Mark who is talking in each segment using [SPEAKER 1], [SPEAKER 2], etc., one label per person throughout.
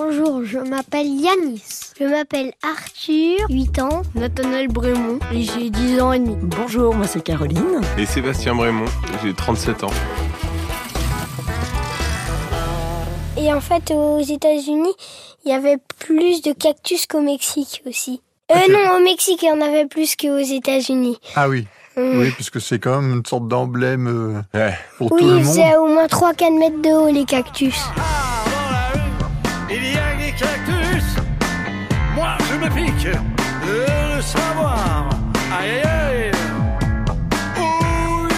[SPEAKER 1] Bonjour, je m'appelle Yanis. Je m'appelle Arthur, 8 ans, Nathanaël Brémont, et j'ai 10 ans et demi.
[SPEAKER 2] Bonjour, moi c'est Caroline.
[SPEAKER 3] Et Sébastien Brémont, j'ai 37 ans.
[SPEAKER 1] Et en fait, aux États-Unis, il y avait plus de cactus qu'au Mexique aussi. Euh,
[SPEAKER 4] Ok.
[SPEAKER 1] non, au Mexique, il y en avait plus qu'aux États-Unis.
[SPEAKER 4] Ah oui,
[SPEAKER 1] Hum.
[SPEAKER 4] oui, puisque c'est quand même une sorte d'emblème euh,
[SPEAKER 3] Ouais.
[SPEAKER 4] pour
[SPEAKER 1] Oui,
[SPEAKER 4] tout le
[SPEAKER 1] ils
[SPEAKER 4] monde.
[SPEAKER 1] faisaient au moins 3-4 mètres de haut, les cactus.
[SPEAKER 5] Ah, dans la rue, il y a des cactus. Moi, je me pique de le savoir. Aïe, aïe, aïe. Ouille.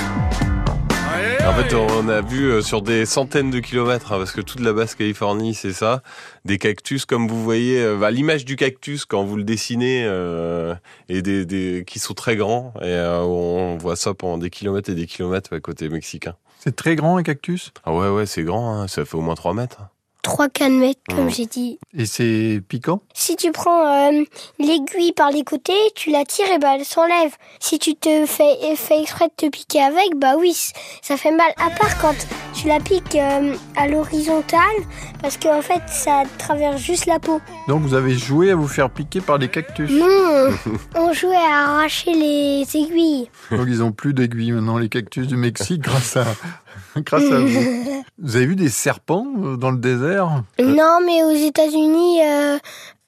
[SPEAKER 5] Aïe, aïe,
[SPEAKER 3] En fait,
[SPEAKER 5] aïe.
[SPEAKER 3] on a vu euh, sur des centaines de kilomètres, hein, parce que toute la basse Californie, c'est ça, des cactus comme vous voyez, euh, à l'image du cactus quand vous le dessinez, euh, et des, des qui sont très grands, et euh, on voit ça pendant des kilomètres et des kilomètres ouais, côté mexicain.
[SPEAKER 4] C'est très grand un cactus
[SPEAKER 3] Ah ouais, ouais, c'est grand, hein, ça fait au moins 3 mètres.
[SPEAKER 1] 3-4 mètres, comme
[SPEAKER 3] Hum.
[SPEAKER 1] j'ai dit.
[SPEAKER 4] et c'est piquant.
[SPEAKER 1] Si tu prends euh, l'aiguille par les côtés, tu la tires et bah elle s'enlève. Si tu te fais, et fais exprès de te piquer avec, bah oui, c- ça fait mal. À part quand tu la piques euh, à l'horizontale, parce qu'en fait ça traverse juste la peau.
[SPEAKER 4] Donc vous avez joué à vous faire piquer par des cactus.
[SPEAKER 1] Non, on jouait à arracher les aiguilles.
[SPEAKER 4] Donc ils ont plus d'aiguilles maintenant les cactus du Mexique grâce à grâce à vous. Vous avez vu des serpents euh, dans le désert
[SPEAKER 1] Non, mais aux États-Unis, euh,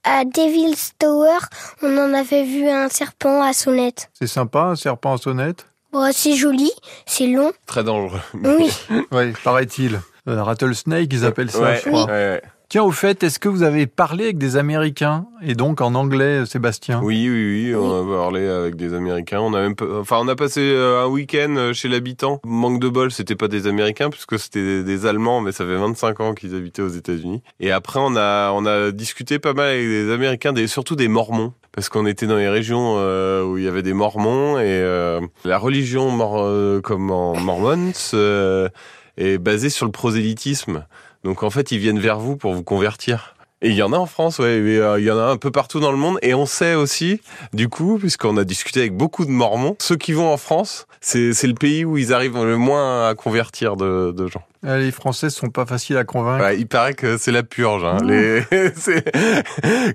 [SPEAKER 1] à Devil's Tower, on en avait vu un serpent à sonnette.
[SPEAKER 4] C'est sympa, un serpent à sonnette.
[SPEAKER 1] Bon, c'est joli, c'est long.
[SPEAKER 3] Très dangereux.
[SPEAKER 1] Oui,
[SPEAKER 4] Oui, paraît-il. Euh, rattlesnake, ils appellent ça,
[SPEAKER 3] Ouais,
[SPEAKER 4] je crois.
[SPEAKER 3] ouais, ouais.
[SPEAKER 4] Tiens, au fait, est-ce que vous avez parlé avec des Américains et donc en anglais, euh, Sébastien
[SPEAKER 3] Oui, oui, oui, on a parlé avec des Américains. On a même, pas- enfin, on a passé euh, un week-end euh, chez l'habitant. Manque de bol, c'était pas des Américains puisque c'était des, des Allemands, mais ça fait 25 ans qu'ils habitaient aux États-Unis. Et après, on a, on a discuté pas mal avec des Américains, des, surtout des Mormons. Parce qu'on était dans les régions euh, où il y avait des Mormons et euh, la religion mor euh, comme en mormons euh, est basée sur le prosélytisme. Donc en fait, ils viennent vers vous pour vous convertir. Et il y en a en France, ouais, mais, euh, il y en a un peu partout dans le monde. Et on sait aussi, du coup, puisqu'on a discuté avec beaucoup de Mormons, ceux qui vont en France, c'est c'est le pays où ils arrivent le moins à convertir de, de gens.
[SPEAKER 4] Ah, Les Français sont pas faciles à convaincre.
[SPEAKER 3] Ouais, il paraît que c'est la purge. Hein. Les- c'est-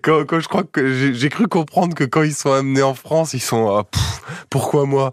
[SPEAKER 3] quand, quand je crois que j'ai j'ai cru comprendre que quand ils sont amenés en France, ils sont ah, pff, pourquoi moi